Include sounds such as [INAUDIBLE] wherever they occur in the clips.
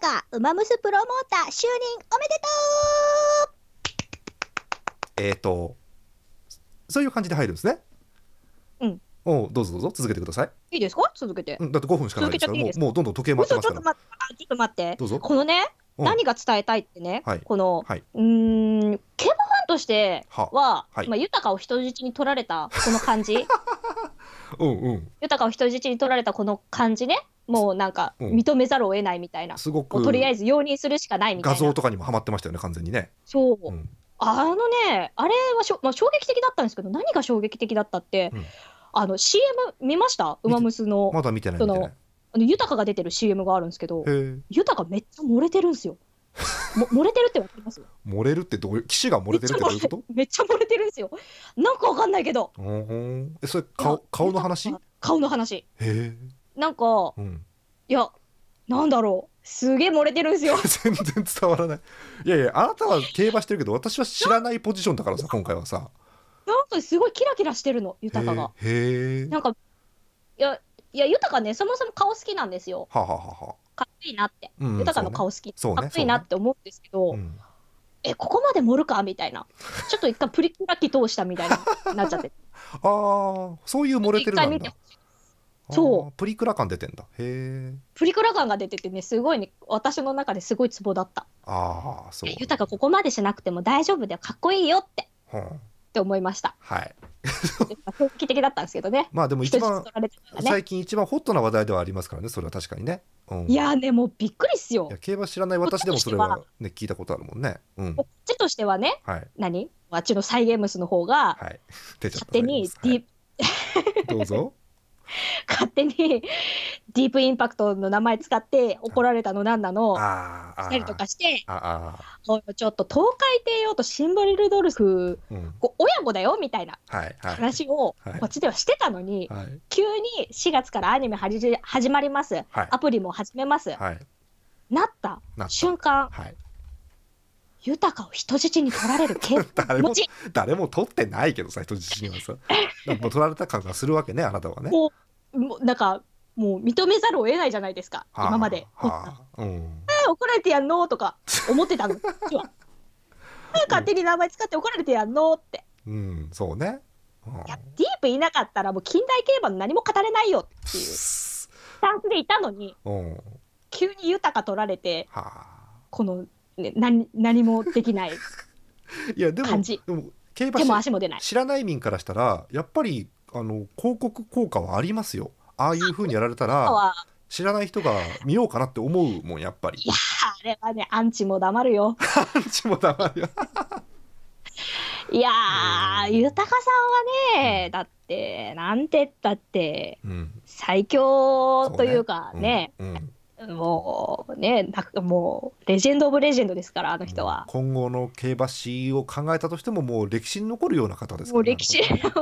高、うまむすプロモーター就任おめでとうえっ、ー、とそういう感じで入るんですねうんおうどうぞどうぞ続けてください、いいですか続けてう。ん、だって5分しかないです続けちゃっからていいですもうもうどんどん時計回って嘘まちすょっかとら待って、ちょっと待って。どうぞこのね、うん何が伝えたいってね、はいこの、はいうーん、競馬ファンとしてはは、はいまあ、豊かを人質に取られたこの感 [LAUGHS] じ、うんうん豊かを人質に取られたこの感じね、もうなんかうん認めざるを得ないみたいな、すごもくうとりあえず容認するしかないみたい画な。像とかにもハマってましたよね完全にね、そう、うん、あのね、あれはしょ、まあ、衝撃的だったんですけど、何が衝撃的だったって、うんあの CM 見ました、ウマ娘のまだ見てないそ見のてないへあの豊かが出てる CM があるんですけど、え豊かめっちゃ漏れてるんですよ。も漏れてるってわかります [LAUGHS] 漏れるってどういう騎士が漏れてるってどういうことめっちゃ漏れてるんですよ。なんかわかんないけど。うんうんえそれ顔顔の話へ顔の話。えなんか、うん、 [LAUGHS] いや、なんだろう。すげえ漏れてるんですよ。 [LAUGHS] 全然伝わらないいやいやあなたは競馬してるけど私は知らないポジションだからさ今回はさなんかすごいキラキラしてるの、豊かが。へえへえなんか、いや、いや、豊かね、そもそも顔好きなんですよ。はあはあはあはあかっこいいなって。うんうん豊かのそ顔好き。そうねかっこいいなって思うんですけど、うねうんえ、ここまで盛るかみたいな。ちょっと一回プリクラ機通したみたいになっちゃって。ああそういう [LAUGHS] 漏れてるなん一回見てだそうあープリクラ感出てんだへえプリクラ感が出ててね、すごいね、私の中ですごいツボだった。ああそう豊かここまでしなくても大丈夫だよ。かっこいいよって。うんって思いました。はい衝撃的だったんですけどね。まあでも一人質番取られてたからね。最近一番ホットな話題ではありますからねそれは確かにね、うん、いやーね、もうびっくりっすよ。いこや競馬知らない私でもそれはね聞いたことあるもんねうんっちとしてはね、はい何あっちのサイ・ゲームスの方が、はい [LAUGHS] 出ちゃった勝手にディ、はいどう [LAUGHS] ぞ勝手にディープインパクトの名前使って怒られたのなんなの、あーあしーたりとかして、ああもうちょっと東海帝王とシンボリルドルフ、ーうんこう親子だよみたいなはいはい話を、はいこっちではしてたのに、はい急に4月からアニメ始じ始まります。はいアプリも始めます。はいなったなった瞬間、はい豊かを人質に取ら [LAUGHS] れる経験誰持もち誰も取ってないけどさ人質には [LAUGHS] さでも取られた感がするわけねあなたはねもう、もうなんか、もう認めざるを得ないじゃないですか、はあ今まで。はあうんえー怒られてやんのとか思ってた [LAUGHS] の、こっちは。えー勝手に名前使って怒られてやんのって。うんそうねうんいやディープいなかったら、もう近代競馬の何も語れないよっていうスタンスでいたのに、うんは急に豊か取られて、あこの、ね、何何もできない、いやでも感じでも競馬手もし足も出ない。知らない民からしたらやっぱりあの広告効果はありますよああいう風にやられたあらは知らない人が見ようかなって思うもんやっぱり [LAUGHS] いやあれはね、アンチも黙るよ。パンチも黙るよいやー、うん豊さんはうね、んだって、なんて言ったって、うん最強というかうんね、うんもうね、なんかもう、レジェンド・オブ・レジェンドですから、あの人は。今後の競馬史を考えたとしてももう歴史に残るような方ですからもう歴史、いなるほ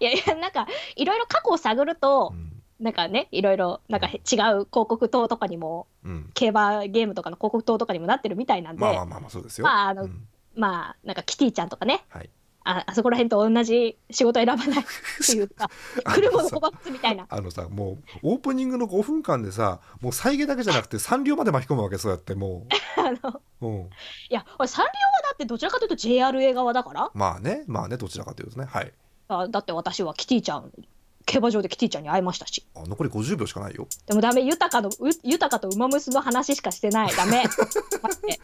や [LAUGHS] いや、なんか、いろいろ過去を探るとど、うんなんかね、いろいろ、なんか違う広告塔とかにも、うん競馬ゲームとかの広告塔とかにもなってるみたいなんで、まあまあままあまあそうですよ、まああのうんあ、なんかキティちゃんとかね、はいああそこら辺と同じ仕事選ばないっていう [LAUGHS] か、 [LAUGHS] 来るもの拒つみたいな。あのさもうオープニングの5分間でさもう再現だけじゃなくて三流まで巻き込むわけそうやってもあのう、うん、いや、俺、サンリオはだってどちらかというと JRA 側だから、まあねまあねどちらかというとねはいあだって私はキティちゃん、競馬場でキティちゃんに会いましたし。あ残り50秒しかないよ、でもダメ、豊かの、う豊かと馬娘の話しかしてない。ダ [LAUGHS] メ。待って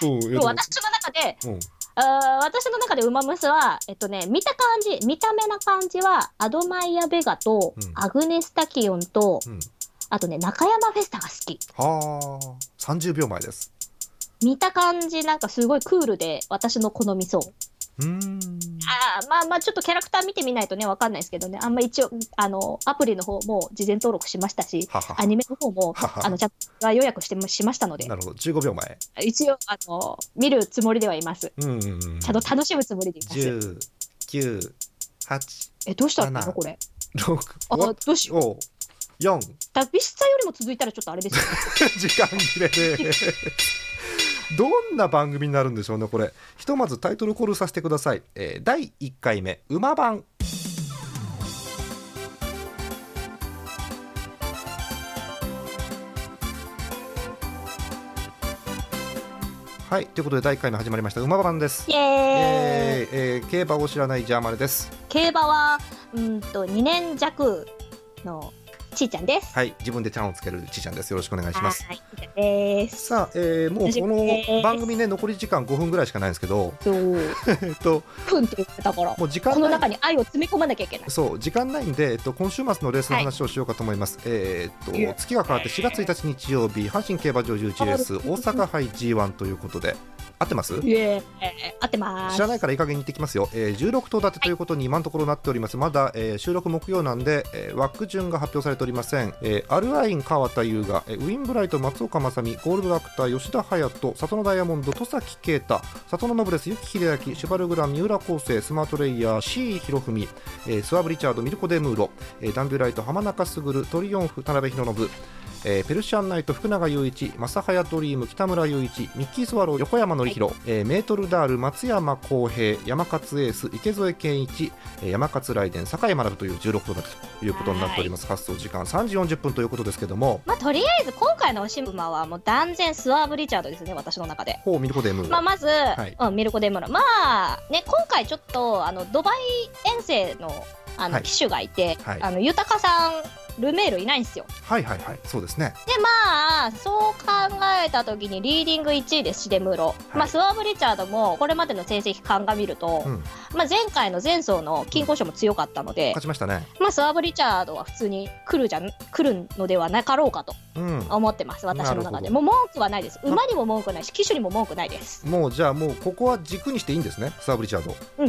うん、いやででもも私の中で、うん、あー私の中で馬娘は、えっとね、見た感じ、見た目な感じは、アドマイア・ベガとうん、アグネス・タキオンと、うんあとね、中山フェスタが好き。はあ30秒前です見た感じ、なんかすごいクールで、私の好みそう。うーんあーまあまあ、ちょっとキャラクター見てみないとね、わかんないですけどね、あんま一応、あの、アプリの方も事前登録しましたし、ははアニメの方も、ははあの、ちゃんと予約してもしましたのでな、るほど15秒前一応、あの、見るつもりではいます。うんうんうんちゃんと楽しむつもりでいます。十九八え、どうしたらいい七のこれ。六あ、五どうしよう。五四旅しさよりも続いたらちょっとあれですよ。 [LAUGHS] 時間切れでどんな番組になるんでしょうねこれひとまずタイトルコールさせてください、えー、第一回目馬番はいということで第1回目始まりました馬番ですイイエーイエーイえー競馬を知らないジャーマルです競馬はうーんと2年弱のちーちゃんです。はい自分でちゃんをつけるちーちゃんですよろしくお願いしますはい、ちーちゃんです。さあ、えーもうこの番組ね残り時間5分ぐらいしかないんですけどそう、えっとふんって言ってたから、こもう時間のない中に愛を詰め込まなきゃいけない。そう時間ないんで、えっと、今週末のレースの話をしようかと思います、えーっと月が変わって4月1日日曜日阪神競馬場11レース大阪杯 G1 ということで合ってますイエーイ、合ってま知すら。ないからいい加減に言ってきますよ、えー16頭立てということに今のところなっておりますまだ、えー収録木曜なんで、えー、枠順が発表されておりません、えーアルアイン川田優雅、えーウィンブライト松岡雅美ゴールドラクター吉田隼人里野ダイヤモンド戸崎啓太里野ノブレス雪秀明シュバルグラ三浦康生スマートレイヤー C 博文、えー、スワブリチャードミルコ・デムーロ、えーダンビュライト浜中卓トリオンフ田辺博信えーペルシャンナイト福永雄一マサハヤドリーム北村雄一ミッキースワロー横山典弘、えーメートルダール松山康平山勝エース池添健一、えー山勝雷電酒井学という16頭だということになっております発送時間3時40分ということですけどもまあ、とりあえず今回のおし馬はもう断然スワーブリチャードですね、私の中で。ほうミルコデムーロまあ、まず、いうん、ミルコ・デムロ。まあ、ね、今回ちょっと、あの、ドバイ遠征の、あはの、い騎手がいて、はいあの、豊さん、ルメールいないんですよ。はいはいはいそうですねでまあそう考えた時にリーディング1位ですシデムーロ、いまあ、スワーブ・リチャードもこれまでの成績鑑みると、うんまあ、前回の前走の金庫賞も強かったので、勝ちましたねまあ、スワーブ・リチャードは普通に来るじゃん来るのではなかろうかとうん思ってます私の中なるほどでもう文句はないです馬にも文句ないし騎手にも文句ないです、もうじゃあもうここは軸にしていいんですねサーブリチャードま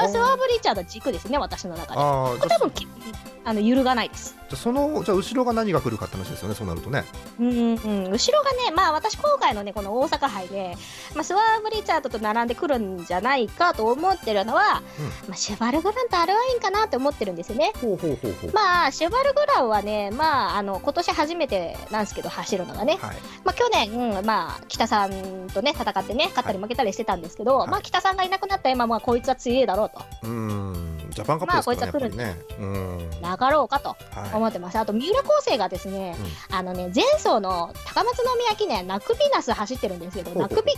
ああ、ースワーブ・リチャードは軸ですね私の中でこああれじゃ多分きあの揺るがないですあそのじゃあ後ろが何が来るかって話ですよねそうなるとねうんうんうん、後ろがね、まあ、私、今回のねこの大阪杯で、まあ、スワーブ・リチャードと並んでくるんじゃないかと思ってるのは、うんまあ、シュバルグランとアルワインかなって思ってるんですよね。ほうほうほうほうまあ、シュバルグランはね、まあ、あの今年初めてなんですけど、走るのがね、はいまあ、去年、まあ、北さんとね戦ってね、勝ったり負けたりしてたんですけど、はいまあ、北さんがいなくなった今、まあ、こいつは強いだろうと、うーんジャパンカップですからね、やっぱりね。うーん。なかろうかと思はってます、あと三浦康生がですね、あのね前走の高松宮記念ナクビーナス走ってるんですけどほうナほクビ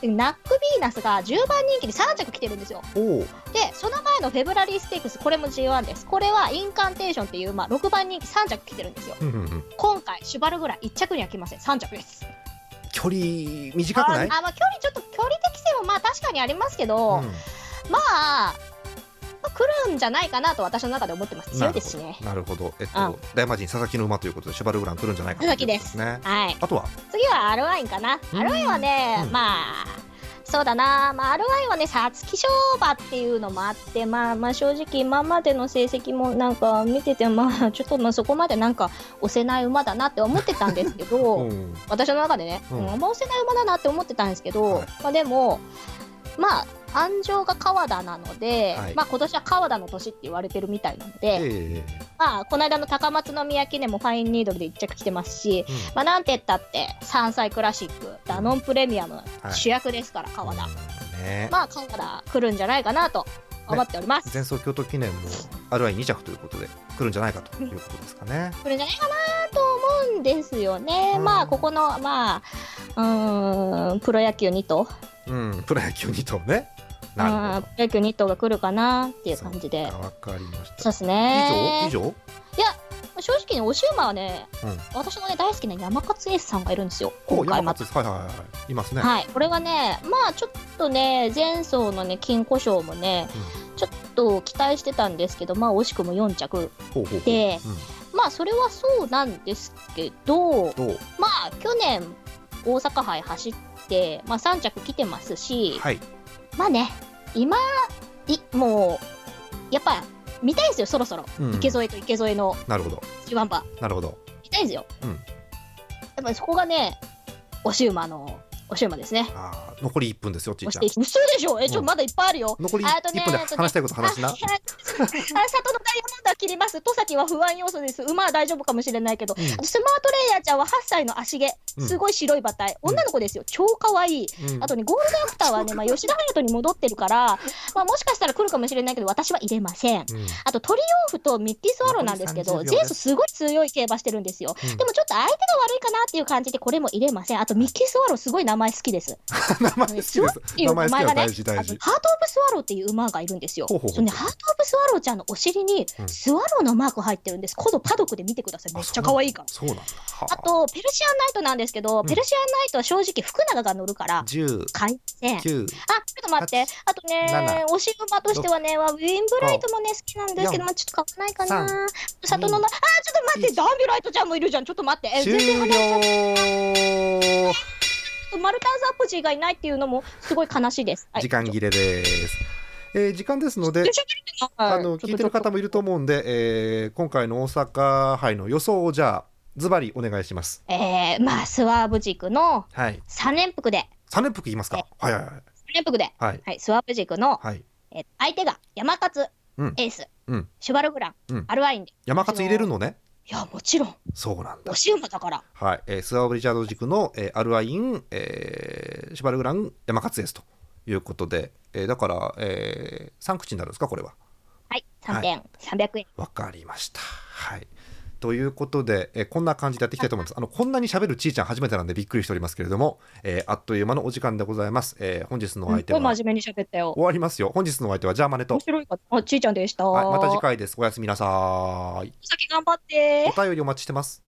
にナクビーナスが10番人気で3着来てるんですよい。おお。でその前のフェブラリーステークスこれも G1 ですこれはインカンテーションっていう、まあ、6番人気3着来てるんですようんうんうん今回シュバルグラ1着には来ません3着です距離短くないあ？あまあ距離ちょっと距離的性もまあ確かにありますけど、うんまあ、まあ来るんじゃないかなと私の中で思ってます強いですしねなるほど。えっとうん大魔神佐々木の馬ということでシュバルグラン来るんじゃないか佐々木ですね。はいあとは次はアルワインかな。うんアルワインはね、うんまあ、そうだな、まあ、アルワインはね、皐月賞馬っていうのもあって、まあ、まあ正直、今までの成績もなんか見てて、まあ、ちょっとまあそこまでなんか押せない馬だなって思ってたんですけど、うん私の中でね、ううんん、あんま押せない馬だなって思ってたんですけど、はいまあでも、まあ、安城が川田なので、はいまあ今年は川田の年って言われてるみたいなので、ええまあこの間の高松宮記念もファインニードルで1着来てますし、うんまあ、なんて言ったって山菜クラシックダノンプレミアムはい主役ですから、川田、うんね。まあ川田来るんじゃないかなと思っております、前走京都記念も RI2 着ということで来るんじゃないかということですかね。来るんじゃないかなと思うんですよね、うんまあここのまあうーんプロ野球2頭うん。プロ野球2頭ね。あープなるロ野球2頭が来るかなっていう感じでほど。わかりましそうた。ですね以上以上。正直に押し馬はね、うん私のね大好きな山勝エースさんがいるんですよお今回山また勝ですはいはいはいいますね。はい、これはね、まあちょっとね、前走のね、金庫賞もね、ちょっと期待してたんですけど、まあ惜しくも4着。ほうほうほう。でうんまあそれはそうなんですけど、どうまあ去年、大阪杯走って、まあ3着来てますし、はい。まあね、今、いもう、やっぱ見たいですよ、そろそろ。うん池添と池添のなるほど、 1ン馬、なるほど。見たいですよ。うんやっぱそこがね、押し馬の、押し馬ですね。あー残り1分ですよ、ちい押ちしゃていき嘘でしょえ、ちょ、うんまだいっぱいあるよ。ん。残りあとね1分であとね話したいこと話しな。ああ里のダイヤモンドは切ります。戸崎は不安要素です。馬は大丈夫かもしれないけど。うんあとスマートレイヤーちゃんは8歳の足毛。うんすごい白い馬体。うん女の子ですよ。超可愛い。うんあとね、ゴールドアクターは [LAUGHS] ね、まあ、吉田隼人に戻ってるから、まあ、もしかしたら来るかもしれないけど、私は入れません。うん [LAUGHS] あと、トリオーフとミッティスワローなんですけ残ど、り30ジェイスすごい強い競馬してるんですよ。うんでもちょっと相手が悪いかなっていう感じで、これも入れません。あと、ミッティスワローすごい名前好きです。名前好きです強いって。いう名名前前好きがはね、あ大と事ハ大ート・オ事ブ・。スワローっていう馬がいるんですよ。ほうほうほうそのねハート・オブ・スワローちゃんのお尻にうんスワローのマーク入ってるんです。今度パドックで見てください。めっちゃ可愛いから。そうなんだ。はあと、ペルシアンナイトなんですけど、んペルシアンナイトは正直福永が乗るから、十買いません。あ、ちょ九っと待って。あとね七、押し馬としてはね、わウィンブライトもね、好きなんですけ四ど、まあちょっと買わないか三な。里のな、あ、ちょっと待って、ダービュライトちゃんもいるじゃん。ちょっと待って。え、終全然離れちゃっ了。たマルタンザ・ポジーがいないっていうのも、すごい悲しいです。はい時間切れです。えー時間ですので電。車切れてないあの聞いてる方もいると思うんで、えー今回の大阪杯の予想をじゃあズバリお願いします。えー、まあ、スワーブ軸のはい。 3連服で、三連服言いますか。はいはいはい3連服で、はいはい、スワーブ軸の、はい。えー相手が山勝、うんエース、うんシュバルグラン、うんアルワインで。山勝入れるのね。いや、もちろん、そうなんだ押。し馬だから。はい。えー、スワブリチャード軸の、えーアルアイン、えーシュバルグラン山勝エースということで、えーだから、えー、3口になるんですかこれは。はい、3点、300円。わかりました。はい。ということで、えーこんな感じでやっていきたいと思います。あの、こんなに喋るちーちゃん初めてなんでびっくりしておりますけれども、えーあっという間のお時間でございます。えー本日のお相す手ごいは、真面目に喋ったよ。終わりますよ。本日のお相手は、ジャーマネと面。白いかな。あちーちゃんでした。はい、また次。回です。おやすみなさーい。先頑張ってお。便りお待ちしてます。